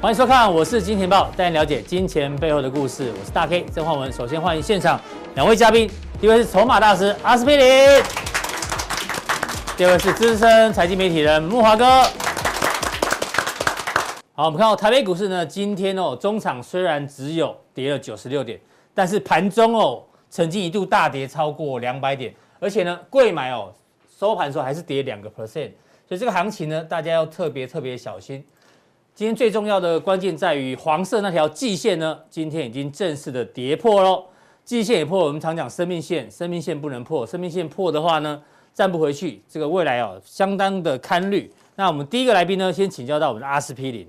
欢迎收看，我是金钱豹，带您了解金钱背后的故事。我是大 K 曾焕文。首先欢迎现场两位嘉宾，第一位是筹码大师阿司匹林，第二位是资深财经媒体人木华哥。好，我们看到台北股市呢，今天哦，中场虽然只有跌了九十六点，但是盘中哦，曾经一度大跌超过两百点，而且呢，贵买哦，收盘的时候还是跌两个 percent，所以这个行情呢，大家要特别特别小心。今天最重要的关键在于黄色那条季线呢，今天已经正式的跌破喽。季线也破，我们常讲生命线，生命线不能破，生命线破的话呢，站不回去，这个未来哦相当的堪虑。那我们第一个来宾呢，先请教到我们的阿司匹林，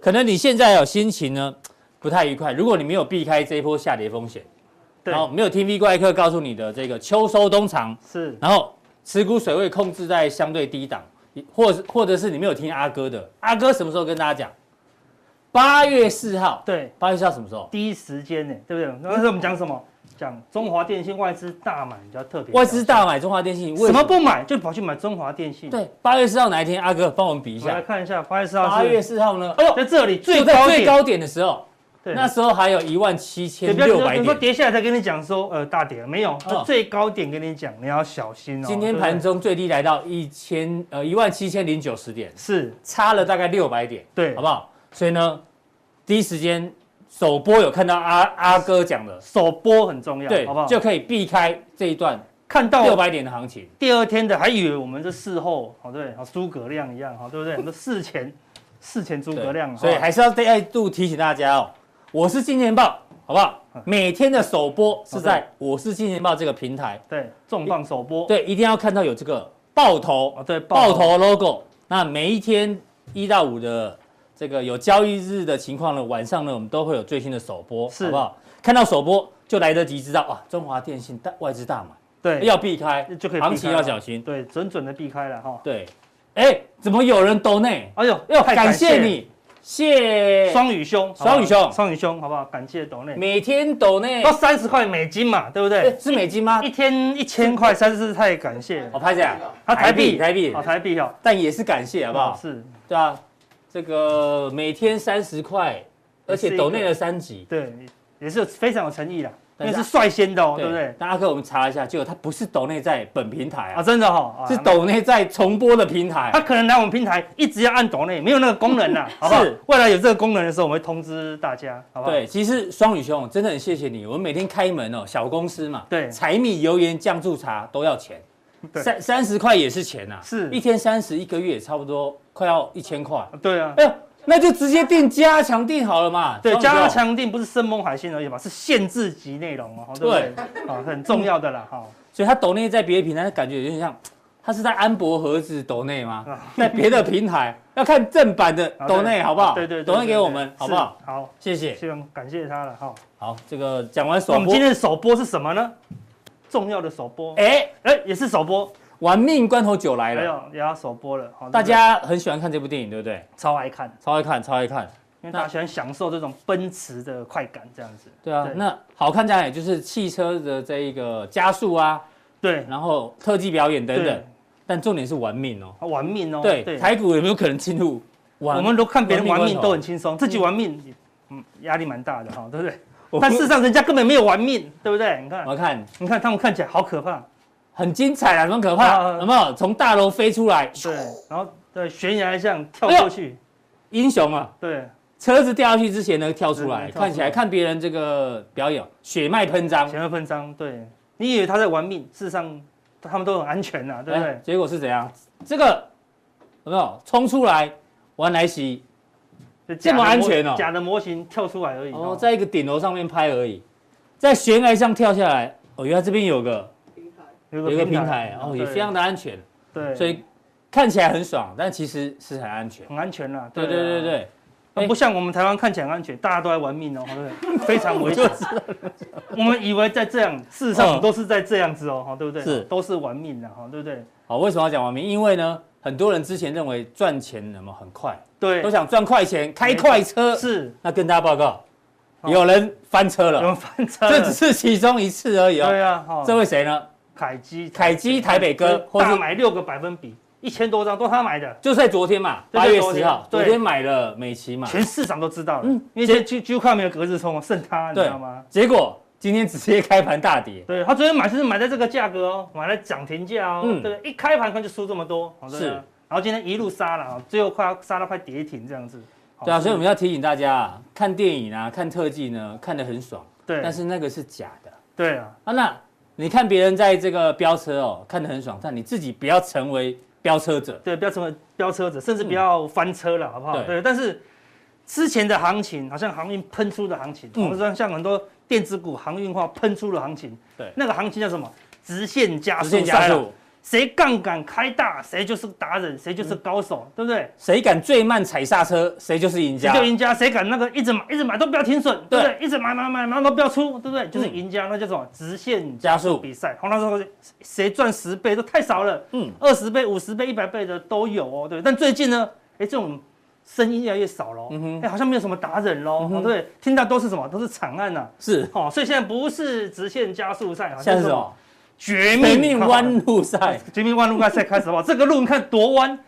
可能你现在哦心情呢不太愉快，如果你没有避开这一波下跌风险，对然后没有听 V 怪客告诉你的这个秋收冬藏，是然后持股水位控制在相对低档，或是或者是你没有听阿哥的，阿哥什么时候跟大家讲？八月四号，对八月四号什么时候？第一时间呢，对不对？那时候我们讲什么？讲中华电信外资大买比较特别，外资大买中华电信，为什么不买就跑去买中华电信？，对？八月四号哪一天？阿哥帮我们比一我们来下。看一下八月四号八是月四号呢？哎呦，在这里最就在高最点，高点的时候，对，那时候还有一万七也千不要六说百你说点。跌下来才跟你讲说呃大跌了没有？哦那最高点跟你讲，你要小心哦。今天对不对盘中最低来到一千呃一万七千零九十点，是差了大概六百点。对好不好？所以呢，第一时间首播有看到阿阿哥讲的，首播很重要，对好不，好？就可以避开这一段看到六百点的行情。第二天的还以为我们是事后，好对不对，好诸葛亮一样，哦好对不对？我们事前事前诸对葛亮，哦所以好还是要再度提醒大家哦，我是金钱豹，好不好？嗯每天的首播是哦在我是金钱豹这个平台，对重磅首播，对，一定要看到有这个爆头哦对爆头 logo。那每一天一到五的这个有交易日的情况呢，晚上呢我们都会有最新的首播，是好不好？看到首播就来得及知道啊，中华电信大外资大买。对要避开，就哎可以避开了行情要小心。对，准准的避开了哈。对，哎，怎么有人抖内？哎呦，哎呦，太感谢，你，谢双语兄，好不好双语兄双语兄，好不好？感谢董磊，每天抖内要三十块美金嘛，对不哎对？是美金吗一？天一千块，三十太感谢我。拍下，啊，台币，哦台币好，，台币哦，但也是感谢，好不好？是，对啊，这个每天三十块，而且抖内了三级。对，也是非常有诚意的，因但为是是率先的哦，对不对？但阿哥，我们查一下，结果他不是抖内在本平台啊，啊，真的哈，啊是。抖内在重播的平台他。可能来我们平台一直要按抖内，没有那个功能啦，好不 好是？未来有这个功能的时候，我们会通知大家，好不好？对，其实双宇兄真的很谢谢你，我们每天开门哦，小公司嘛，对柴米油盐酱醋茶都要钱，对三三十块也是钱呐、是一天三十，一个月也差不多快要一千块，对啊，哎呦，那就直接定加强定好了嘛，对，双宇兄加强定不是生猛海鲜而已嘛，是限制级内容哦，对不对？啊，很重要 的啦，哈。所以他抖内在别的平台，感觉有点像，他是在安博盒子抖内吗？啊 在别的平台要看正版的啊对抖内好不好？对对，对抖内给我对们对好不好？是好，谢谢。希望感谢他了哈。好，这个讲完那我首们播今，天的首播是什么呢？重要的首播，哎哎，哎，也是首播，玩命关头酒来还了，有也要首播了，好，大对家很喜欢看这部电影，对不对？不对超爱看，超爱看，超爱看。因为大家喜欢享受这种奔驰的快感，这样子。对啊，对那好看在哪里？就是汽车的这一个加速啊，对，然后特技表演等对等。但重点是玩命哦。啊玩命哦，对，台股有没有可能进入玩？我们都看别人玩玩命命都很轻松，自己玩命，嗯，压力蛮大的哈，对不对？我但事实上人家根本没有玩命，对不对？你看我，们看你看他们看起来好可怕，很精彩啊，很可怕，啊有没有？从大楼飞出来，对，然后对悬崖上跳过去，英雄啊！对，车子掉下去之前呢，跳出来，对对跳出来看起来看别人这个表演，血脉喷张，前面喷张，对，你以为他在玩命，事实上他们都很安全啊呐，对不哎对？结果是怎样？这个有没有冲出来玩来袭？这就假的么安模全哦假的模型跳出来而已。哦，哦，在一个顶楼上面拍而已，在悬崖上跳下来。哦，原来这边有个有有一个平台哦，也非常的的安全，对，所以看起来很爽，但其实是很安全。很安全啦。对啊对对。对，那哎不像我们台湾看起来很安全，大家都在玩命哦，对 不对？啊非常危险。我们以为在这样，事实上嗯都是在这样子哦，哈，对不对？是都是玩命的哈，对不对？好，为什么要讲完名？因为呢，很多人之前认为赚钱那么很快，都对，想赚快钱，开快车。是那跟大家报告，哦有人翻车有了，人翻车了。这只是其中一次而已哦。对啊，哈，这位谁呢？凯基，凯基台北哥或是大买六个百分比，一千多张都他买的，就在昨天嘛，就八在月昨十天号，对昨天买了美琪嘛，全市场都知道了。嗯因为这这几几乎快没有隔日冲哦，剩他，你知对道吗？结果今天直接开盘大跌，对他昨天买是买在这个价格哦，买在涨停价哦，嗯对，一开盘可能就输这么多，好对啊是然后今天一路杀了啊，最后快要杀到快跌停这样子。好对啊，是所以我们要提醒大家啊，看电影啊，看特技呢，看得很爽，对，但是那个是假的对啊，啊。那你看别人在这个飙车哦，看得很爽，但你自己不要成为飙车者。对，不要成为飙车者，甚至嗯不要翻车了，好不好？对对，但是之前的行情好像航运喷出的行情，嗯好像、像很多电子股航运化喷出的行情，对那个行情叫什么？直线加直速线加赛了，速，谁杠杆开大，谁就是达人，谁嗯就是高手，对不对？谁敢最慢踩刹车，谁就是赢谁家就。赢家，谁敢那个一直买一直买都不要停损，对不对？一直买买买，然后都不要出，对不对？就是嗯赢家，那叫什么？直线加速，比赛。红那时候谁赚十倍都太少了，嗯，二十倍、五十倍、一百倍的都有哦，对。但最近呢，哎，这种声音越来越少了，嗯哼嗯哎，好像没有什么达人喽，哼哦对，听到都是什么？都是惨案呐，是。哦，所以现在不是直线加速赛，好现在是是什么？绝绝命命弯，路赛。绝命弯路赛开始 好不好？这个路你看多弯，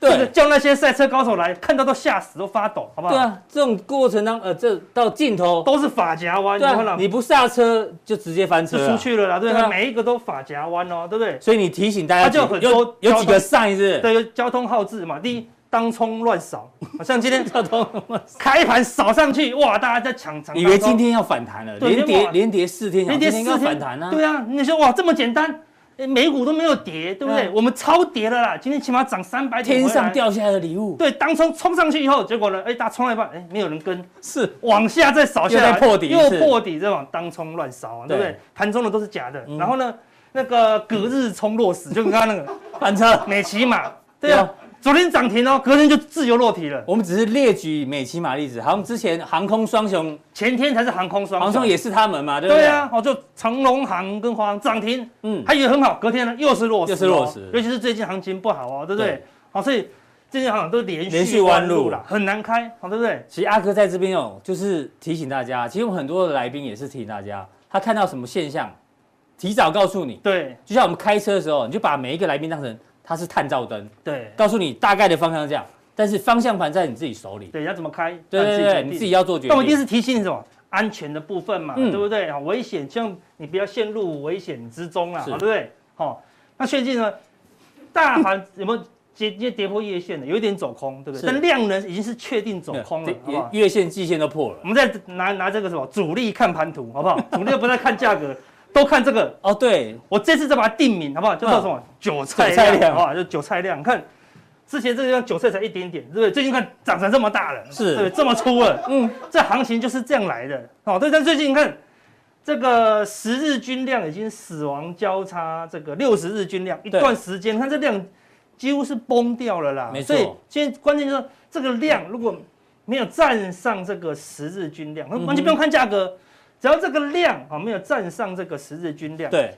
这个对叫那些赛车高手来看到都吓死，都发抖，好不好？对啊，这种过程当呃，这到尽头，都是发夹弯，对你看啊，了你不刹车就直接翻就车出啊。去了啦，对不对啊对？每一个都发夹弯哦，对不对？所以你提醒大家它就几很有多有交几通个上一次，对，交通号志嘛，第一当冲乱扫， 好像今天交通开盘扫上去，哇，大家在抢抢当 冲。以为今天要反弹了，对连因为跌哇连跌四天，连跌想今天四天应该反弹啊。对啊，你说哇这么简单，诶美股都没有跌，对不对？嗯我们超跌了啦，今天起码涨三百点。天上。掉下来的礼物对，当冲冲上去以后，结果呢？哎，大家冲了一半，哎，没有人跟，是往下再扫下又来，在破底又一次破底，这往当冲乱扫啊，对不对对？嗯盘中的都是假的，然后呢，那个隔日冲落死，就跟刚刚那个。翻车。美琪嘛，对对啊，啊昨天涨停哦，隔天就自由落体了。我们只是列举美骑马例子，好像之前航空双雄，前天才是航空双雄，航空也是他们嘛，对不对啊，哦，就长隆航跟华航涨停，嗯，还以为很好，隔天呢又是落实哦，又是落实尤其是最近行情不好哦，对不对对？好，所以最近好像都连连续续弯弯路路啦，很难开，好，对不对？其实阿哥在这边哦，就是提醒大家，其实我们很多的来宾也是提醒大家，他看到什么现象，提早告诉你。对就像我们开车的时候，你就把每一个来宾当成他是探照灯，对告诉你大概的方向是这样，但是方向盘在你自己手里。对，要怎么开？对让对决对，定你自己要做决定。那我一定是提醒你什么安全的部分嘛，嗯对不对？啊，危险，希望你不要陷入危险之中啦，是好对不对？好、那最近呢，大盘有没有跌跌跌破月线的？有一点走空，对不是对？但量能已经是确定走空了，好不月好？月线、季线都破了。我们再拿拿这个什么主力看盘图，好不好？主力又不再看价格，都看这个。哦，对，我这次再把它定名，好不好？就叫什么、韭菜嗯韭菜量，量好不好？就韭菜量，看。之前这个地方韭菜才一点点，对不对？最近看长成这么大了，是对，这么粗了，嗯，这行情就是这样来的。好、对，但最近你看这个十日均量已经死亡交叉这个六十日均量一对段时间，你看这量几乎是崩掉了啦。没错所以现在关键就是这个量如果没有站上这个十日均嗯量，完全不用看价格，只要这个量啊、哦、没有站上这个十日均量，，对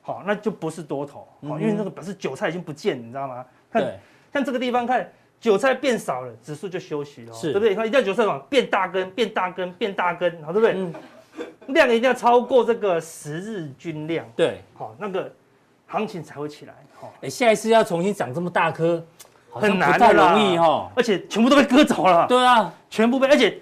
好、那就不是多头，好、嗯因为那个表示韭菜已经不见了，你知道吗？看对，像这个地方看，韭菜变少了，指数就休息了，是对不对？你看一定要韭菜嘛，变大根，变大根，变大根，好，对不对？嗯， 量一定要超过这个十日均量，对。好、那个行情才会起来，好、哎，下一次要重新长这么大颗，好像很难不太的啦容易哈。而且全部都被割走了，对啊，全部被，而且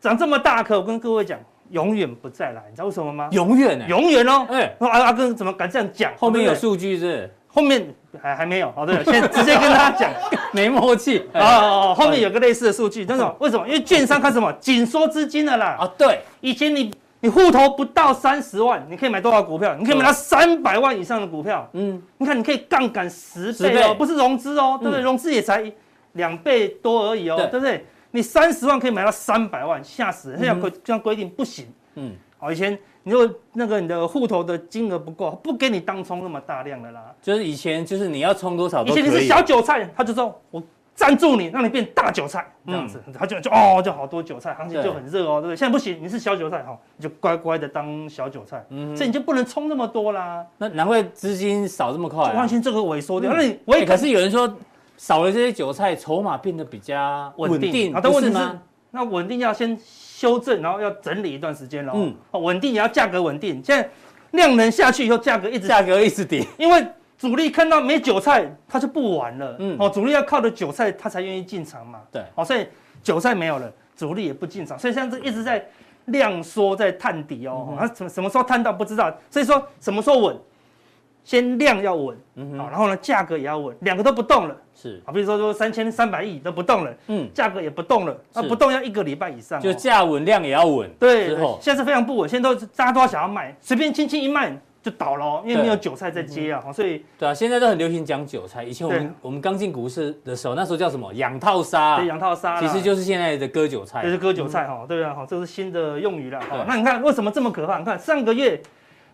长这么大颗，我跟各位讲，永远不再来，你知道为什么吗？永远哎，永远哦。哎，那阿阿哥怎么敢这样讲？后面有对不对数据 是后面还还没有，好、对，先直接跟大家讲。不是没默 契哦啊哦哦，后面有个类似的数哎据，但是哦为什么？因为券商开始什么紧缩资金了啦。啊，对，以前你你户头不到三十万，你可以买多少股票？你可以买到三哦百万以上的股票。嗯，你看，你可以杠杆十10倍倍哦，不是融资哦，对不对？嗯融资也才两倍多而已哦对，对不对？你三十万可以买到三百万，吓死人！现在规这样规定不行。嗯嗯，好，以前你如果那个你的户头的金额不够，不给你当冲那么大量的啦。就是以前就是你要冲多少以啊都可前你是以，小韭菜，他就说我赞助你，让你变大韭菜嗯这样子，他就就哦就好多韭菜，行情就很热哦，对不对？现在不行，你是小韭菜哈、哦，你就乖乖的当小韭菜，嗯所以你就不能冲那么多啦，那难怪资金少这么快完啊。全这个萎缩掉。嗯那你哎萎可是有人说少了这些韭菜，筹码变得比较稳稳定定，啊好，但不问题是吗？那稳定要先修正，然后要整理一段时间喽。嗯嗯，哦，稳定也要价格稳定，现在量能下去以后，价格一直价格一直跌，因为主力看到没韭菜，他就不玩了。嗯嗯，哦，主力要靠着韭菜，他才愿意进场嘛。对哦，所以韭菜没有了，主力也不进场，所以像这一直在量缩，在探底哦。嗯它什么什么时候探到不知道，所以说什么时候稳，先量要稳，嗯好，哼，然后呢价格也要稳，两个都不动了。啊是，好，比如说说三千三百亿都不动了，嗯，价格也不动了，那是不动要一个礼拜以上哦、就价稳量也要稳，对之后，现在是非常不稳，现在都是大家都要想要卖，随便轻轻一卖就倒了、哦，因为对没有韭菜在接啊，哦所以对啊，现在都很流行讲韭菜，以前我对们啊我们刚进股市的时候，那时候叫什么养套杀啊、对，养套杀其啦实就是现在的割韭菜就，是割韭菜哈、对啊，哈，这是新的用语啦。对哈，那你看为什么这么可怕？你看上个月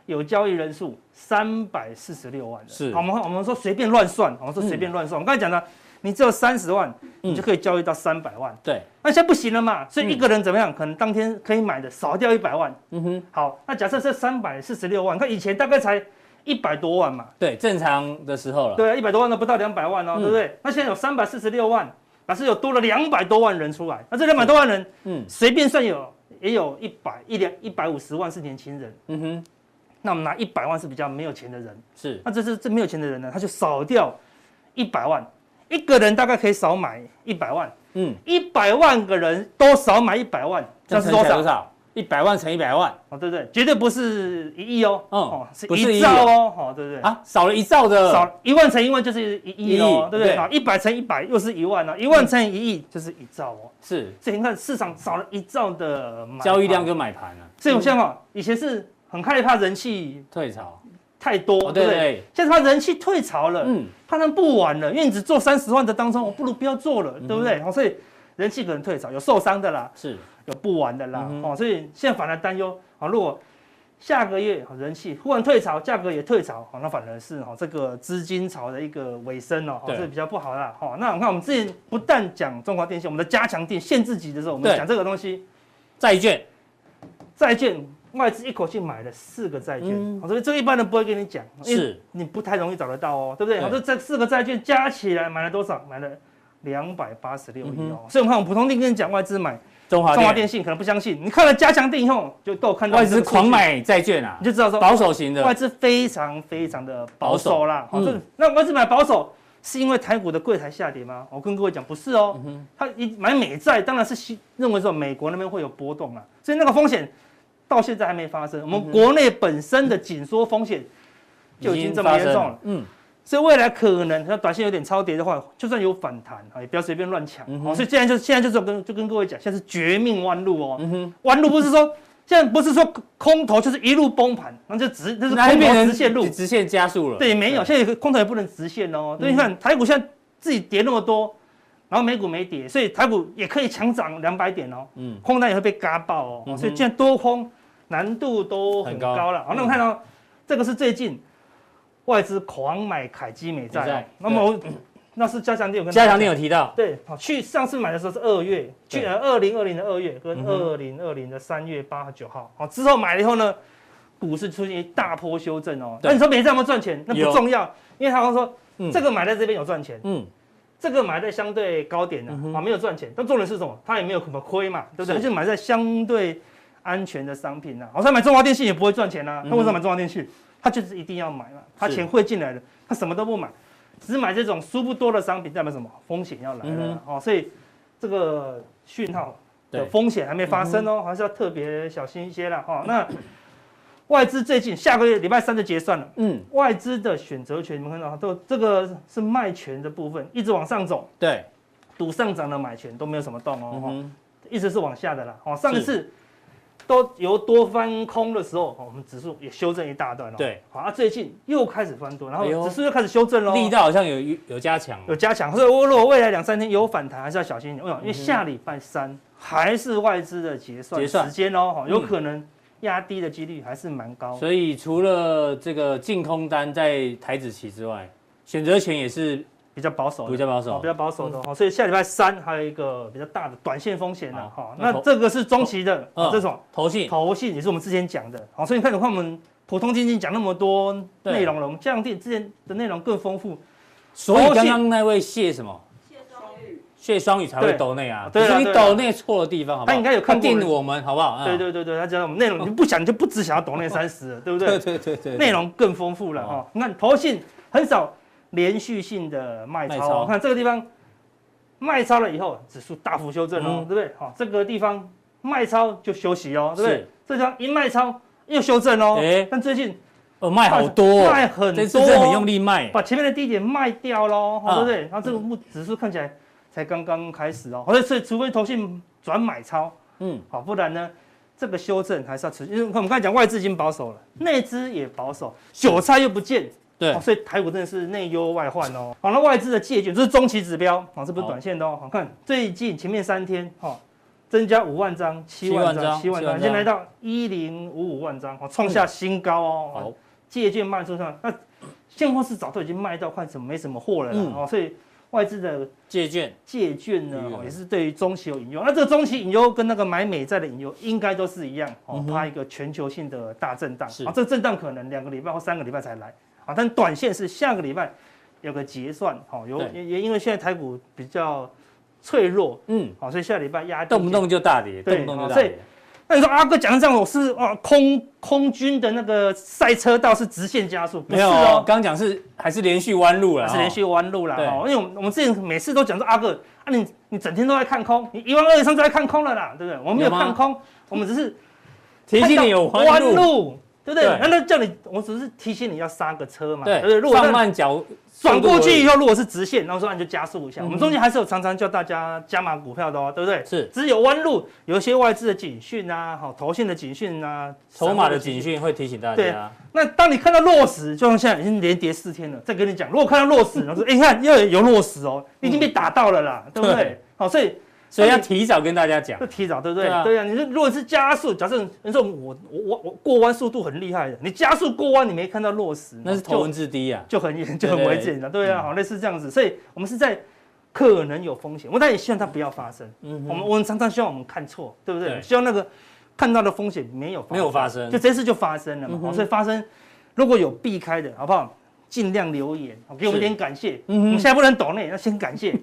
有交易人数三百四十六万人，是嗯好我们我们说随便乱算，我们说随便乱算，我刚才讲的，你只有三十万，你就可以交易到三百万，对，那现在不行了嘛，所以一个人怎么样？可能当天可以买的少掉一百万。嗯哼，好，那假设这三百四十六万，看以前大概才一百多万嘛，对，正常的时候了，对啊，一百多万都不到两百万哦，嗯对不对？那现在有三百四十六万，表示有多了两百多万人出来。那这两百多万人，嗯随便算有也有一百一两一百五十万是年轻人。嗯哼，那我们拿一百万是比较没有钱的人，是，那这是这没有钱的人呢，他就少掉一百万，一个人大概可以少买一百万，嗯，一百万个人都少买一百万，这样是多乘起来少多？少？一百万乘一百万哦，对不对？绝对不是一亿哦，嗯哦，是不是一一亿兆哦，哦，对不对？啊，少了一兆的，少一万乘一万就是一亿一哦亿，对不对？对好，一百乘一百又是一万哦，一万乘以一亿就是一兆哦。是所以你看市场少了一兆的买交易量盘，跟买盘啊，所以我现在哦，以前是很害怕人气退潮，太多，哦对对不对？对，现在怕人气退潮了，嗯，怕他们不玩了，因为你只做三十万的当中，我哦不如不要做嗯了，对不对？好，所以人气可能退潮，有受伤的啦，是，有不玩的啦嗯，哼哦，所以现在反而担忧，好，如果下个月哦人气忽然退潮，价格也退潮，好，那反而是哦这个资金潮的一个尾声哦，对这比较不好啦，哦，那我看我们之前不但讲中华电信，我们的加强电限制级的时候，我们对讲这个东西，债券，债券外资一口气买了四个债券，嗯好，所以这个一般人不会跟你讲，因为是你不太容易找得到哦，对不对？对好，这这四个债券加起来买了多少？买了两百八十六亿嗯哦，所以我们看我们普通店跟你讲外资买。中华中华电电信可能不相信，你看了加强电以后，就都有看到外这资个数据狂，买债券啊你，就知道说保守型嗯外的，资非常非常的保守啦。保好，守这嗯那外资买保守是因为台股的柜台下跌吗？我跟各位讲，不是哦，嗯他一买美债当然是希认为说美国那边会有波动啦，所以那个风险到现在还没发生，我嗯们国内本身的紧缩风险就已经这么发严生重了。，嗯，所以未来可能它短线有点超跌的话，就算有反弹啊，也不要随便乱抢。嗯哼哦，所以现在就现在就是我跟就跟各位讲，现在是绝命弯路哦。嗯哼弯路不是说现在不是说空头就是一路崩盘，然后就直就是那就空变头成直线路，直线加速了，嗯对，没有，，现在空头也不能直线哦。所以你看台股现在自己跌那么多，然后美股没跌，所以台股也可以强涨两百点哦。嗯，空单也会被嘎爆哦，嗯哼所以现在多空难度都很高了。很高好，那我们看到、这个是最近外资狂买凯基美债美哦债，那么我那是加强店有跟加强店店有提到，对，好，去上次买的时候是二月，对去呃二零二零的二月嗯跟哼二零二零的三月八号九号，好之后买了以后呢，股市出现一大波修正哦。对那你说美债有没有赚钱？那有不重要，因为他刚说嗯这个买在这边有赚钱，嗯，这个买在相对高点的、啊嗯哼没有赚钱，但重点是什么？它也没有什么亏嘛，对不对？是它就买在相对安全的商品啊。好像买中华电信也不会赚钱啊，嗯哼那为什么买中华电信？他就是一定要买嘛，他钱汇进来了，他什么都不买，只买这种输不多的商品，代表什么？风险要来了嗯啊、哦，所以这个讯号对，的嗯风险还没发生哦，还是要特别小心一些啦。哈、哦。那外资最近下个月礼拜三就结算了。嗯，外资的选择权，你们看到都这个是卖权的部分，一直往上走，对，赌上涨的买权都没有什么动哦，嗯哈哼，一直是往下的啦。哦，上一是次都由多翻空的时候，哦我们指数也修正一大段了。，对，好，啊，最近又开始翻多，然后哎呦指数又开始修正喽，力道好像有有加强哦，有加强。所以，我如果未来两三天有反弹，还是要小心一点。为什么？哦因为嗯哼下礼拜三还是外资的结算结算时间哦，哈有嗯可能压低的几率还是蛮高。所以除了这个净空单在台子期之外，选择权也是比较保守的，比较保守嗯哦比较保守的哦，所以下礼拜三还有一个比较大的短线风险呢，好哈，哦那那投这个是中期的，嗯哦这种投信，投信也是我们之前讲的，哦好，所以你看，你看我们普通经济讲那么多对内容了，我们这样之前的内容更丰富，所以投信刚刚那位谢什么谢双宇才会对抖内啊，对啊可是你对啊抖内错的地方好不好？他应该有看过定我们好不好？嗯对，对对对，他讲我们内容，你不想你就不只想要懂那三十，对不对对？对对对，内容更丰富了哦哈，你看投信很少连续性的卖卖超超哦。看这个地方卖超了以后，指数大幅修正哦，嗯对不对？好、这个地方卖超就休息哦，对不对是？这地方一卖超又修正哦。哎但最近哦，卖好多、卖哦，很这多，次真的很用力卖，把前面的低点卖掉喽，啊对不对？然后这个目指数看起来才刚刚开始哦，好所以除非投信转买超，嗯，好，不然呢，这个修正还是要持续。因为我们刚才讲外资已经保守了，内资也保守，韭菜又不见，对哦，所以台股真的是内忧外患哦。好，那外资的借券这是中期指标，好，这不是好短线的哦。好看最近前面三天，哈、增加五万张、七万张、七七万张七万张嗯万张，现在来到一零五五万张，哦，创下新高哦。哦好，借券卖出上，那现货市早都已经卖到快什么没什么货了啦、嗯哦，所以外资的借券借券呢嗯哦也是对于中期有引诱。那这个中期引诱跟那个买美债的引诱应该都是一样哦嗯，哼它一个全球性的大震荡是啊，这个震荡可能两个礼拜或三个礼拜才来啊，但短线是下个礼拜有个结算哦，有对也也因为现在台股比较脆弱嗯，啊，所以下礼拜压低动不动就大跌，对动不动好就大所以跌，那你说阿哥讲的这样，我是哦空空军的那个赛车道是直线加速，不没是有哦哦，。刚讲是还是连续弯路了，是连续弯路啦，对哦，因为我们我们之前每次都讲说阿哥啊你，你整天都在看空，你一万二以上都在看空了啦，对不对？我们没有有吗看空，我们只是提醒你有看到弯路，路，对不对对？难道叫你？我只是提醒你要刹个车嘛，对不对？，如果放那慢脚，转过去以后后，如果是直线，然后说啊你就加速一下。嗯我们中间还是有常常叫大家加码股票的哦，对不对？是只是有弯路，有一些外资的警讯啊，好投信的警讯啊，筹码的警讯会提醒大对家，那当你看到落实，就像现在已经连跌四天了，再跟你讲，如果看到落实，然后说，哎、你看又有落实哦，已经被打到 了啦，对不对对？好，所以所以要提早跟大家讲就，提早，对不对？对啊对呀、你说如果是加速，假设你说我我我我过弯速度很厉害的，你加速过弯，你没看到落实，那是头文字 D 啊，嗯就就很 严就很危险了，对嗯啊，好，类似这样子，所以我们是在可能有风险，我但也希望它不要发生。嗯我们哼，我们常常希望我们看错，对不对？对希望那个看到的风险没有发生没有发生就这次就发生了嘛。嗯哼好所以发生如果有避开的，好不好？尽量留言，好给我们是点感谢。嗯哼我们现在不能抖内，要先 感谢。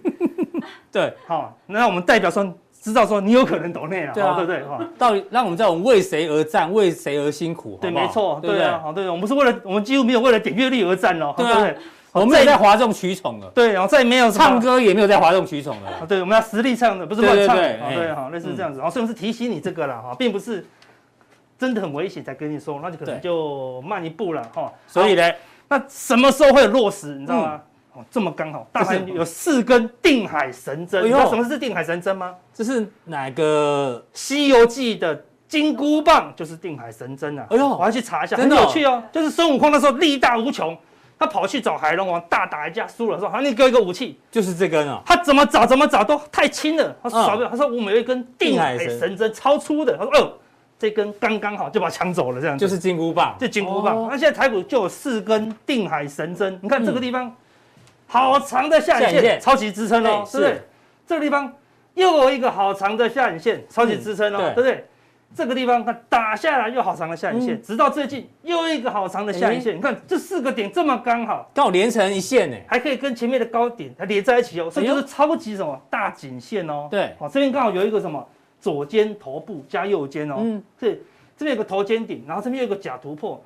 对，好，那我们代表说知道说你有可能抖内了，对啊好对不对？哈，到底让我们知道我们为谁而战，为谁而辛苦，对，好不好没错，对不对啊，对？好，对，我们不是为了我们几乎没有为了点阅率而战哦，对啊不对？我们没有在哗众取宠了，对，然后再也没有什么唱歌也没有在哗众取宠了啊，，对，我们要实力唱的，不是乱唱。对对对啊哎对，好，类似这样子。好，所以我们是提醒你这个啦，哈，并不是真的很危险才跟你说，那就可能对就慢一步了，哈。所以呢，好，那什么时候会有落实，你知道吗？哦，这么刚好，大这盘是有四根定海神针，哎呦你知道什么是定海神针吗？这是哪个？ 《西游记》的金箍棒就是定海神针啊！哎呦我要去查一下，真很的哦有趣哦。就是孙悟空那时候力大无穷，他跑去找海龙王大打一架，输了说：“好，你给我一个武器。”就是这根啊，他怎么找怎么找都太轻了，他少不了。他说我们有一根定海嗯定海神针超粗的，他说哦，这根刚刚好就把它抢走嗯了，这样子就是金箍棒，就金箍棒。哦嗯那现在台股就有四根定海神针，你看这个地方好长的下下影影线线，超级支撑哎哦，对不对是？这个地方又有一个好长的下影线，超级支撑哦嗯，对不对？这个地方它打下来又好长的下影嗯线，直到最近又一个好长的下影哎线，你看这四个点这么刚好，刚好连成一线呢。还可以跟前面的高点它连在一起哦，所以就是超级什么大颈线哦。哎对好、这边刚好有一个什么左肩头部加右肩哦，嗯对，这边有个头肩顶，然后这边有个假突破，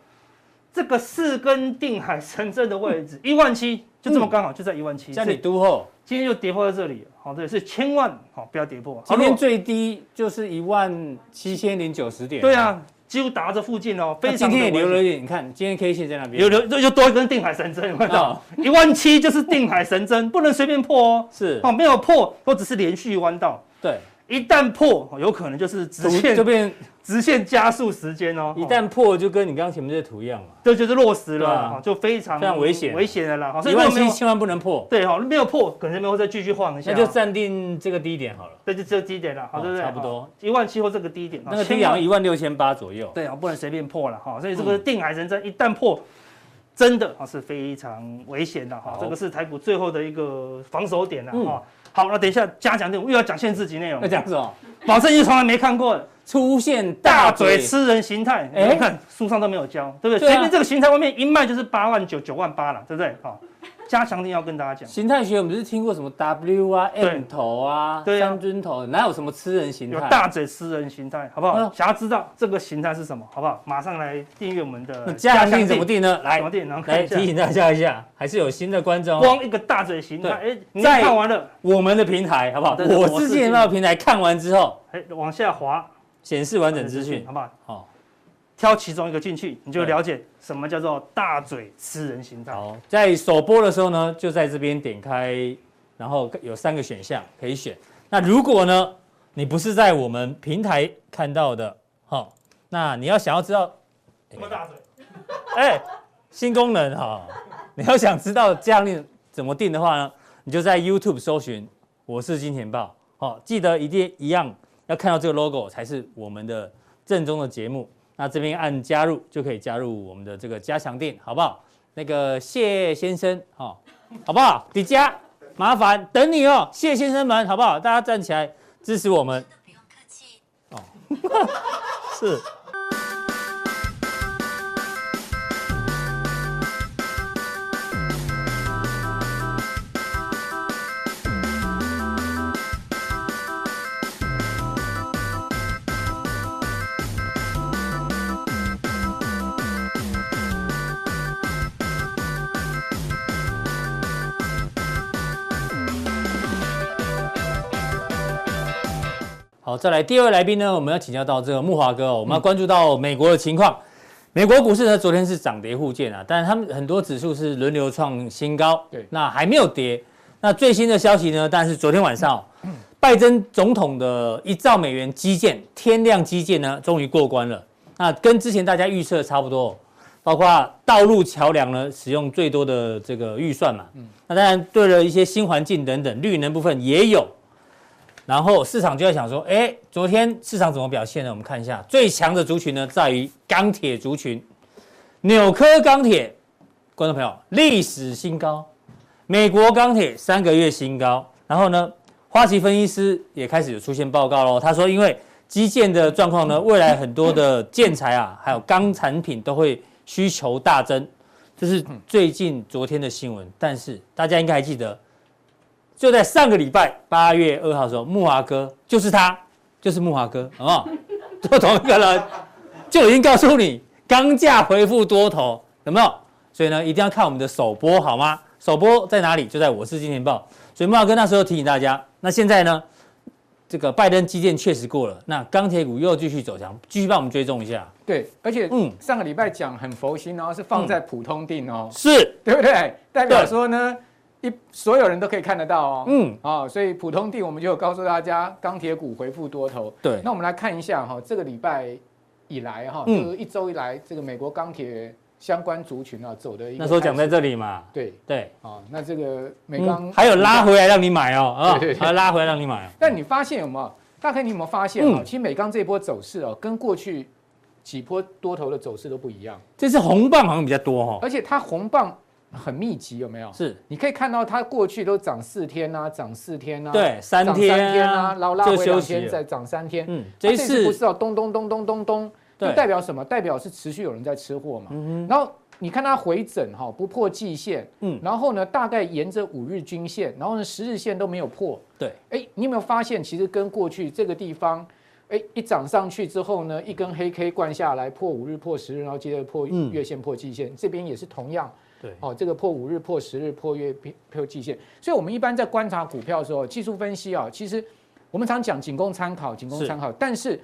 这个四根定海神针的位嗯置一万七，就这么刚好就在一万七，像嗯所你以都后，今天就跌破在这里了，好、对，所以千万好、不要跌破，哦今好如天果最低就是一万七千零九十点。对，啊，几乎打到这附近哦，那非今常的天也危留险了一点，你看今天 K 线在那边，有留，就就多一根定海神针，有没有看哦到？一万七就是定海神针，不能随便破哦。是，哦，没有破，都只是连续弯道，对，一旦破，哦有可能就是直图线就变直线加速时间哦。一哦旦破就跟你刚刚前面这图一样嘛，这就是落实对了啊啦，哦就非常非常危险危险的啦。哦所以一如万果没七有千万不能破，对哈，没有破，可能没有再继续晃一下那哦，就暂定这个低点好了，对，就只有低点了，好，哦对不对？差不多一万七或这个低点，哦那个低千点好万像一嗯万六千八左右，对啊，不能随便破了哈。所以这个定海神针一旦破，真的啊是非常危险的哈好。这个是台股最后的一个防守点了嗯哈。好，那等一下加强内容，又要讲限制级内容那，讲什么？保证你从来没看过的。出现大大嘴嘴吃人形态，哎你看书上都没有教，对不对？对啊随便这个形态外面一卖就是八万九、九万八了，对不对？好，加强定要跟大家讲。形态学我们不是听过什么 W 啊、对 M 头啊、对啊三尊头，哪有什么吃人形有态？大嘴私人形态，好不好嗯？想要知道这个形态是什么，好不好？马上来订阅我们的那加强定定怎么定呢？怎来么定？然后看来一下提，醒大家一下，还是有新的观众哦。光一个大嘴形态，哎，你在看完了，我们的平台好不好？对对我我自自己己的那个平台看完之后，哎，往下滑，显示完整资讯哦好。不好？好，挑其中一个进去，你就对了解什么叫做大嘴私人形态。好，在首播的时候呢，就在这边点开，然后有三个选项可以选。那如果呢，你不是在我们平台看到的，好、那你要想要知道，什么大嘴？哎，新功能哈、你要想知道这样令怎么定的话呢，你就在 YouTube 搜寻“我是金钱豹”，好、记得一定一样要看到这个 logo 才是我们的正宗的节目。那这边按加入就可以加入我们的这个加强店，好不好？那个谢先生，哈、好不好？迪迦，麻烦等你哦，谢先生们，好不好？大家站起来支持我们。哦不用客气。 是。好，再来第二位来宾呢，我们要请教到这个木华哥、哦，我们要关注到美国的情况。美国股市呢，昨天是涨跌互见啊，但是他们很多指数是轮流创新高，对那还没有跌。那最新的消息呢，但是昨天晚上哦、拜登总统的一兆美元基建天量基建呢，终于过关了。那跟之前大家预测差不多哦、包括道路桥梁呢，使用最多的这个预算嘛。那当然，对了一些新环境等等绿能部分也有。然后市场就在想说，哎，昨天市场怎么表现呢？我们看一下，最强的族群呢，在于钢铁族群，纽科钢铁，观众朋友，历史新高，美国钢铁三个月新高。然后呢，花旗分析师也开始有出现报告喽，他说，因为基建的状况呢，未来很多的建材啊，还有钢产品都会需求大增，这是最近昨天的新闻。但是大家应该还记得，就在上个礼拜八月二号的时候，木华哥就是他，就是木华哥，好不好？ 就同一个人，就已经告诉你钢价回复多头，有没有？所以呢，一定要看我们的首播，好吗？首播在哪里？就在我是金钱豹。所以木华哥那时候提醒大家，那现在呢，这个拜登基建确实过了，那钢铁股又继续走强，继续帮我们追踪一下。对，而且嗯上个礼拜讲很佛心哦，是放在普通定哦，是，对不对？代表对说呢，一所有人都可以看得到哦。嗯，哦，所以普通定我们就有告诉大家，钢铁股回复多头。对那我们来看一下哈、这个礼拜以来哈、嗯就是一周以来，这个美国钢铁相关族群啊走的一个那时候讲在态这里嘛，势对对，啊、哦，那这个美钢、嗯，还有拉回来让你买哦，啊对对，对还有拉回来让你买哦，但你发现有没有？大概你有没有发现啊、嗯其实美钢这一波走势哦，跟过去几波多头的走势都不一样，这次红棒好像比较多哦，而且它红棒很密集，有没有？是。你可以看到它过去都涨四天啊，涨四天啊，对，三涨天三天啊，然后拉就回两休息了天，再涨三天。嗯，那这一次不次是哦，咚咚咚咚咚咚，对就代表什么？代表是持续有人在吃货嘛。然后你看它回整哈，不破季线，嗯然后呢，大概沿着五日均线，然后呢十日线都没有破。对，哎，你有没有发现，其实跟过去这个地方，哎，一涨上去之后呢，一根黑 K 灌下来，破五日、破十日，然后接着破嗯月线、破季线，这边也是同样。对哦，这个破五日、破十日、破月、破季线，所以我们一般在观察股票的时候，技术分析啊、其实我们常讲仅供参考，仅供是参考。但是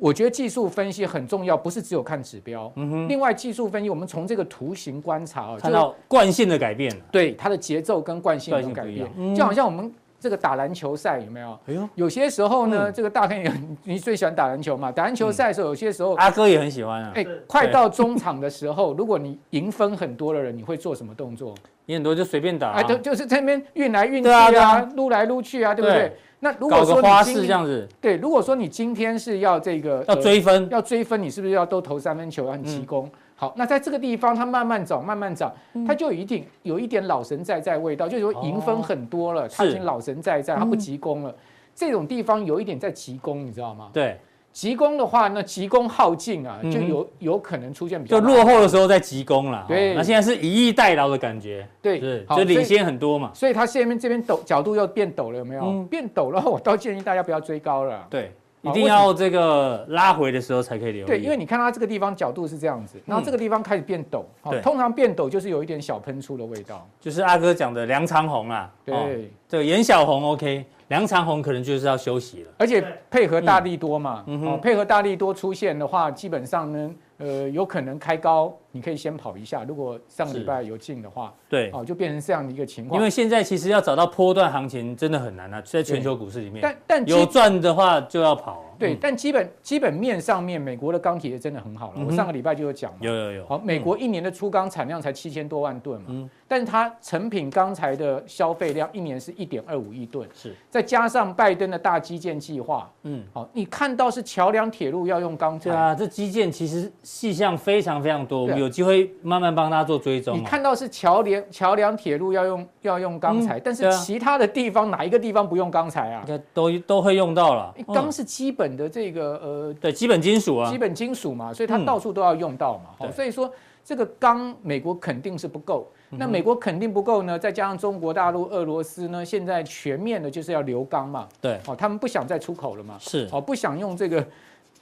我觉得技术分析很重要，不是只有看指标。另外，技术分析我们从这个图形观察啊、嗯看就是到惯性的改变了。对它的节奏跟惯性有没有惯性改不一变样，嗯就好像我们这个打篮球赛有没有？哎呦，有些时候呢，嗯这个大概有你最喜欢打篮球嘛？打篮球赛的时候，有些时候，阿哥也很喜欢啊，哦哎，快到中场的时候，如果你赢分很多的人，你会做什么动作？你很多就随便打啊哎，，就就是这边运来运去对啊对啊啊，撸来撸去啊，对不对对？那如搞果个说花你式今这样子，对，如果说你今天是要这个要呃追嗯分，要追分，你是不是要都投三分球，要很急攻？好，那在这个地方，它慢慢涨，慢慢涨，嗯它就有一定有一点老神在在味道，就是说赢分很多了，它已哦是嗯经老神在在，它不急攻了。这种地方有一点在急攻，你知道吗？对，急攻的话，那急攻耗尽啊，就有有可能出现比嗯较就落后的时候在急攻了。对哦那现在是以逸待劳的感觉，对是，好就所以领先很多嘛。所以它下面这边陡角度又变陡了，有没有？嗯变陡了，我倒建议大家不要追高了。对，一好定要这个拉回的时候才可以留意。对，因为你看它这个地方角度是这样子，然后这个地方开始变陡，好对通常变陡就是有一点小喷出的味道。就是阿哥讲的梁长虹啊，对，哦这个严小红 OK，梁长虹可能就是要休息了。而且对配合大力多嘛，嗯嗯哼哦，配合大力多出现的话，基本上呢，呃，有可能开高，你可以先跑一下，如果上个是礼拜有进的话，对，哦，就变成这样的一个情因况。为现在其实要找到波段行情真的很难啊，在全球股市里面，但但基有赚的话就要跑。对，嗯但基本基本面上面，美国的钢铁真的很好了，嗯我哼上个礼拜就有讲嘛。有有有。好，美国一年的粗钢产量才七千多万吨嘛，嗯但是它成品钢材的消费量一年是一点二五亿吨，是，再加上拜登的大基建计划，嗯，好，你看到是桥梁、铁路要用钢材，对啊，这基建其实细项非常非常多，我对啊们有机会慢慢帮大家做追踪哦。你看到是桥梁、桥梁、铁路要用要用钢材，对但是啊嗯其他的地方哪一个地方不用钢材啊应？该都都会用到了。哎钢嗯是基本的这个呃对基本金属啊基，本金属嘛，所以它嗯到处都要用到嘛。好、对所以说这个钢美国肯定是不够，嗯那美国肯定不够呢，再加上中国大陆、俄罗斯呢，现在全面的就是要留钢嘛，对，好、他们不想再出口了嘛，哦是好、不想用这个。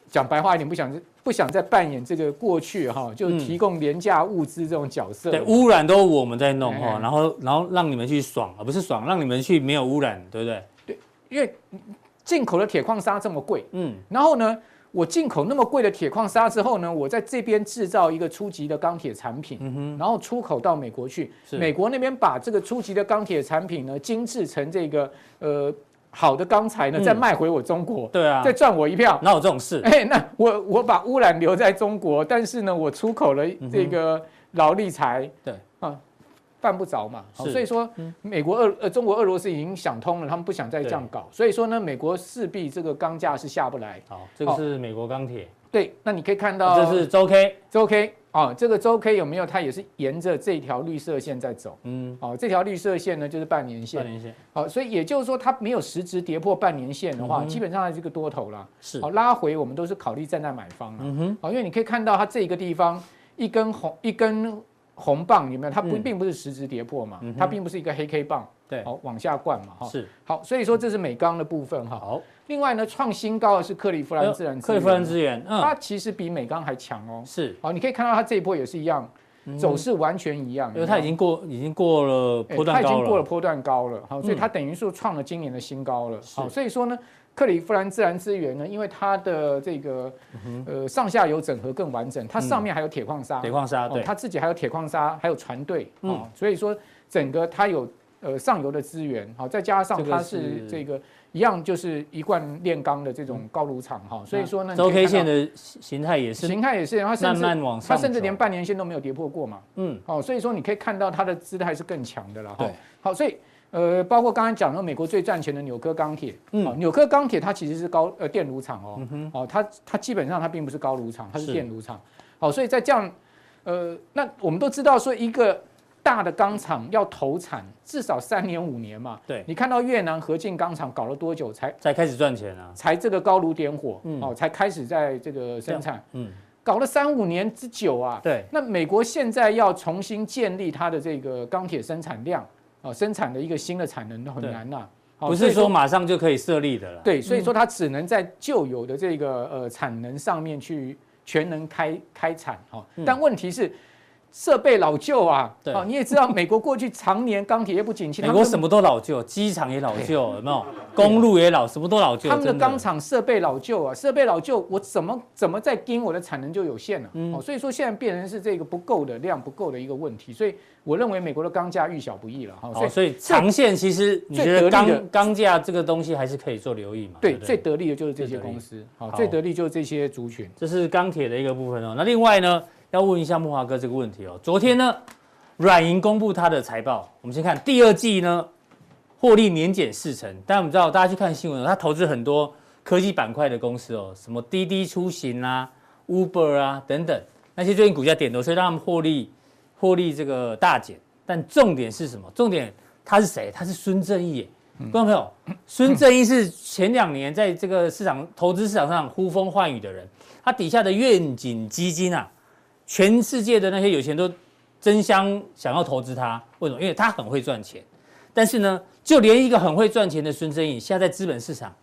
讲白话一点，不想不想再扮演这个过去哈、就嗯提供廉价物资这种角色了对，嘛。污染都我们在弄哎哦，然后然后让你们去爽，啊而不是爽，让你们去没有污染，对不对？因为进口的铁矿砂这么贵，嗯，然后呢，我进口那么贵的铁矿砂之后呢，我在这边制造一个初级的钢铁产品，然后出口到美国去，嗯是美国那边把这个初级的钢铁产品呢精制成这个呃好的钢材呢，嗯再卖回我中国，对啊再，赚我一票。哪有这种事？哎，那我我把污染留在中国，但是呢，我出口了这个劳力财，嗯对啊，犯不着嘛。好是嗯所以说，美国俄呃中国俄罗斯已经想通了，他们不想再这样搞，所以说呢，美国势必这个钢价是下不来。好，这个是美国钢铁，对，那你可以看到，啊这是周 K，周 K 啊，这个周 K 有没有？它也是沿着这条绿色线在走。嗯，哦，这条绿色线呢就是半年半线。年线好，所以也就是说，它没有实质跌破半年线的嗯话，哼基本上它是个多头啦。是好，，拉回我们都是考虑站在买方啊。嗯哼，好，因为你可以看到它这一个地方一根红一根红棒有没有？它不嗯并不是实质跌破嘛嗯，哼它并不是一个黑 K 棒，对，好往下灌嘛哈。是好，所以说这是美钢的部分哈。好，呃另外呢，创新高的是克利夫兰自然资克源利夫兰资源，它嗯，其实比美钢还强哦。是，好，你可以看到它这一波也是一样，走势完全一样，嗯因为它已经过已经过了哎波段它已高经过了了，波段高了，好，所以嗯它等于是创了今年的新高了。好，是所以说呢，克利夫兰自然资源呢，因为它的这个嗯呃上下游整合更完整，它上面还有铁矿砂，铁矿砂，哦对，它自己还有铁矿砂，还有船队，嗯哦，所以说整个它有呃上游的资源，好，再加上这个它是是这个一样就是一贯炼钢的这种高炉厂哈，所以说呢，周 K 线的的形态也是形态也是，它甚慢至慢往上它走，甚至连半年线都没有跌破过嘛。嗯，哦，所以说你可以看到它的姿态是更强的了哈。对，好，所以呃，包括刚才讲到美国最赚钱的纽科钢铁，嗯嗯，纽科钢铁它其实是高呃电炉厂哦，哦，它它基本上它并不是高炉厂，它是是电炉厂。好，所以在这样，呃，那我们都知道说一个大的钢厂要投产至少三年五年嘛，对，你看到越南合进钢厂搞了多久才才开始赚钱啊，才这个高炉点火，嗯哦，才开始在这个生产，嗯，搞了三五年之久啊，对，那美国现在要重新建立它的这个钢铁生产量，哦，生产的一个新的产能都很难呐、好不所是以说嗯马上就可以设立的了，，对，所以说它只能在旧有的这个呃产能上面去全能开开产哈、哦嗯。但问题是设备老旧啊，对哦，你也知道美国过去常年钢铁业 不景气，美国什么？么都老旧，机场也老旧，有没有？公路也老，什么都老旧，他们的真钢厂设备老旧啊，设备老旧，我怎么怎么再盯我的产能就有限了、哦，所以说现在变成是这个不够的量不够的一个问题，所以我认为美国的钢价遇小不易了哈、哦，所哦，以所以长线其实你觉得最得力的钢钢价这个东西还是可以做留意嘛？对，不最得利的就是这些最得利公司，好，好最得利就是这些族群。这是钢铁的一个部分哦。那另外呢，要问一下木华哥这个问题哦。昨天呢，软银公布它的财报，我们先看第二季呢，获利年减四成。但我们知道，大家去看新闻哦，它投资很多科技板块的公司哦，什么滴滴出行啊、Uber 啊等等，那些最近股价点头，所以让他们获利获利这个大减。但重点是什么？重点他是谁？他是孙正义耶，观众朋友，孙正义是前两年在这个市场投资市场上呼风唤雨的人，他底下的愿景基金啊，全世界的那些有钱人都争相想要投资他，为什么？因为他很会赚钱。但是呢，就连一个很会赚钱的孙正义，现在在资本市场，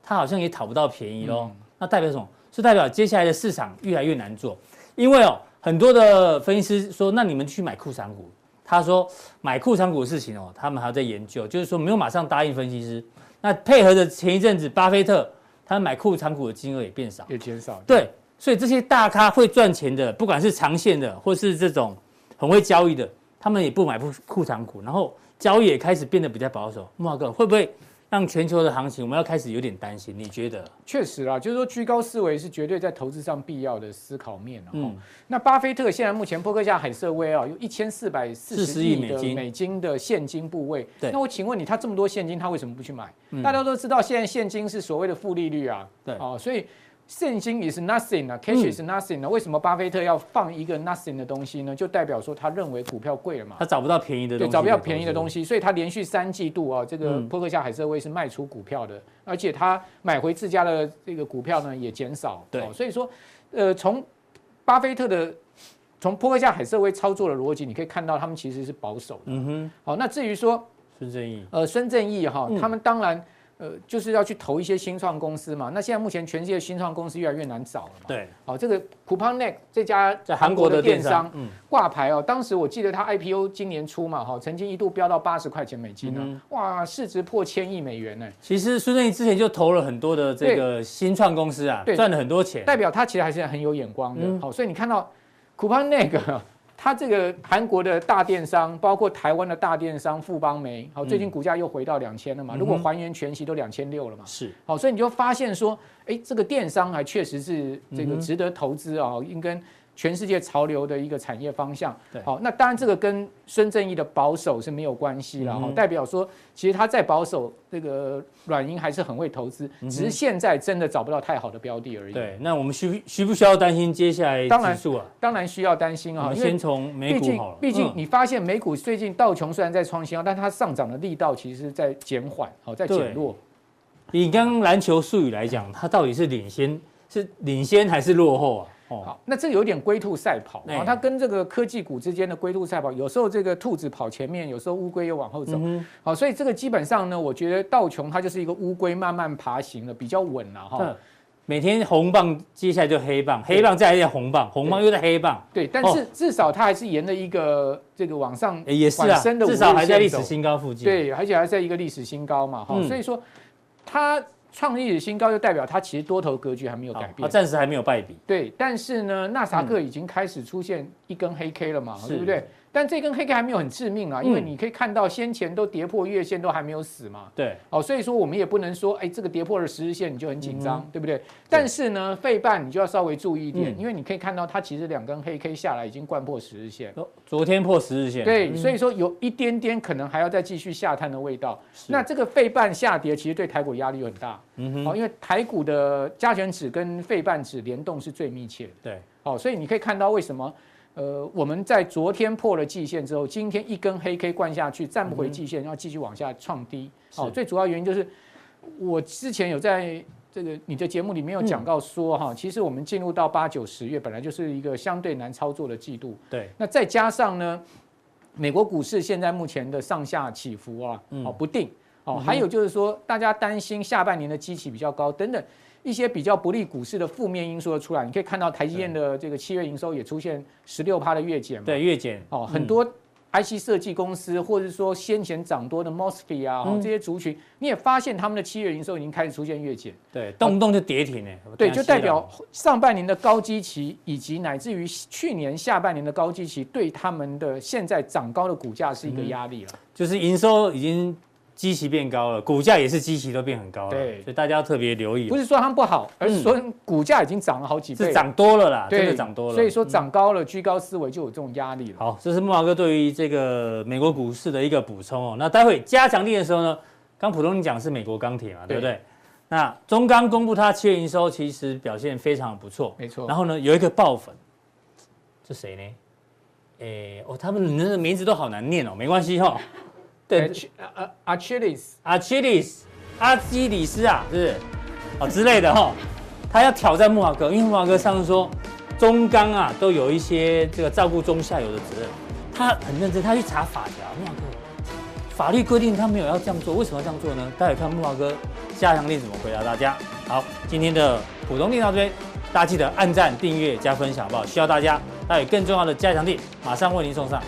他好像也讨不到便宜喽。那代表什么？是代表接下来的市场越来越难做，因为哦，很多的分析师说，那你们去买库藏股。他说买库藏股的事情哦，他们还要在研究，就是说没有马上答应分析师。那配合着前一阵子巴菲特他买库藏股的金额也变少，也减少。对，所以这些大咖会赚钱的，不管是长线的或是这种很会交易的，他们也不买库库藏股，然后交易也开始变得比较保守。木华哥会不会让全球的行情我们要开始有点担心？你觉得？确实啦，就是说居高思维是绝对在投资上必要的思考面啊。嗯，那巴菲特现在目前波克夏海瑟威啊，有一千四百四40十亿亿美的金美金的现金部位。对那我请问你，他这么多现金，他为什么不去买？嗯大家都知道，现在现金是所谓的负利率啊。对哦，所以现金 is nothing 啊，cash is nothing 啊。为什么巴菲特要放一个 nothing 的东西呢？就代表说他认为股票贵了嘛。他找不到便宜的东 西，对，啊找不到便宜的东西。西，所以他连续三季度啊，这个嗯波克夏海瑟威是卖出股票的，而且他买回自家的这个股票呢也减少。对哦所以说，呃，从巴菲特的从波克夏海瑟威操作的逻辑，你可以看到他们其实是保守的。嗯哼，好，那至于说孙正义，呃孙正义哈嗯，他们当然呃就是要去投一些新创公司嘛。那现在目前全世界新创公司越来越难找了嘛。对，好，这个 Coupang Next 这家在韩国的电商，嗯，挂牌哦，当时我记得它 IPO 今年初嘛，哈，曾经一度飙到八十块钱美金呢、嗯哇，市值破千亿美元呢，其实孙正义之前就投了很多的这个新创公司啊，对赚了很多钱。代表它其实还是很有眼光的。嗯好，所以你看到 Coupon 那个，它这个韩国的大电商，包括台湾的大电商富邦媒，好，最近股价又回到两千了嗯嘛，嗯哼如果还原全息都两千六了嘛。是，好，所以你就发现说，哎，这个电商还确实是这嗯个哼值得投资啊、应跟全世界潮流的一个产业方向对。好，那当然这个跟孙正义的保守是没有关系了嗯哈，哼代表说其实他再保守，这个软银还是很会投资，嗯哼只是现在真的找不到太好的标的而已。，对。那我们需需不需要担心接下来当然指数啊？当然需要担心我啊，们因先为从美毕股竟好了，毕竟嗯你发现美股最近道琼虽然在创新啊高，但它上涨的力道其实是在减缓，好在对减弱。以刚刚篮球术语来讲，它到底是领先是领先还是落后啊？哦，好，那这有点龟兔赛跑啊，哎然后它跟这个科技股之间的龟兔赛跑，有时候这个兔子跑前面，有时候乌龟又往后走。嗯好，所以这个基本上呢，我觉得道琼它就是一个乌龟慢慢爬行的，比较稳了哼，哈对。每天红棒，接下来就黑棒，对黑棒再来一个红棒，红棒对又在黑棒，对，但哦是至少它还是沿着一个这个往上诶也是啊，缓升的至少还在五日历线走史新高附近。，对，而且还在一个历史新高嘛哈嗯。所以说它创历史新高，就代表它其实多头格局还没有好改它变。暂时还没有败笔。对，但是呢，纳萨克已经开始出现一根黑 K 了嘛，嗯是对不对？但这根黑 K 还没有很致命啊，因为嗯你可以看到先前都跌破月线都还没有死嘛。对，哦，所以说我们也不能说，哎，这个跌破了十日线你就很紧张，对不对？但是呢，费半你就要稍微注意一点，嗯因为你可以看到它其实两根黑 K 下来已经贯破十日线，哦昨天破十日线。对，嗯所以说有一点点可能还要再继续下探的味道。是那这个费半下跌其实对台股压力又很大，嗯哼，哦，因为台股的加权指跟费半指联动是最密切的。对，好，哦所以你可以看到为什么，呃，我们在昨天破了季线之后，今天一根黑 K 灌下去，站不回季线，要继续往下创低。好，是最主要原因就是我之前有在这个你的节目里面有讲到说哈，其实我们进入到八九十月本来就是一个相对难操作的季度，对，那再加上呢，美国股市现在目前的上下起伏啊，嗯哦不定嗯哦，哼还有就是说大家担心下半年的基期比较高等等。一些比较不利股市的负面因素的出来，你可以看到台积电的这个七月营收也出现十六趴的月减嘛，对，月减嗯哦，很多 IC 设计公司或者说先前涨多的 MOSFET 啊、哦嗯这些族群，你也发现他们的七月营收已经开始出现月减，对，动不动就跌停哎。我对，听就他代吸表了上半年的高基期，以及乃至于去年下半年的高基期，对他们的现在涨高的股价是一嗯个压力了。就是营收已经基期变高了，股价也是基期都变很高了，对所以大家要特别留意不，是说他们不好，而嗯是说股价已经涨了好几是倍了，涨多了啦，对真的涨多了。所以说嗯涨高了，居高思维就有这种压力了。好，这是木华哥对于这个美国股市的一个补充哦。那待会加强力的时候呢，刚普通你讲是美国钢铁嘛，对不对对？那中钢公布它七月营收其实表现非常不错，没错然后呢，有一个爆粉，这谁呢？诶，哦，他们人的名字都好难念哦，没关系哈、哦。对，Ach- 呃呃 Achilles，阿基里斯，阿基里斯啊，是不是哦之类的哈、他要挑战木华哥，因为木华哥上次说中钢啊都有一些这个照顾中下游的责任，他很认真，他去查法条，木华哥法律规定他没有要这样做，为什么要这样做呢？待会看木华哥加强力怎么回答大家。好，今天的普通力到这边，大家记得按赞、订阅、加分享，好不好？需要大家，待会更重要的加强力马上为您送上。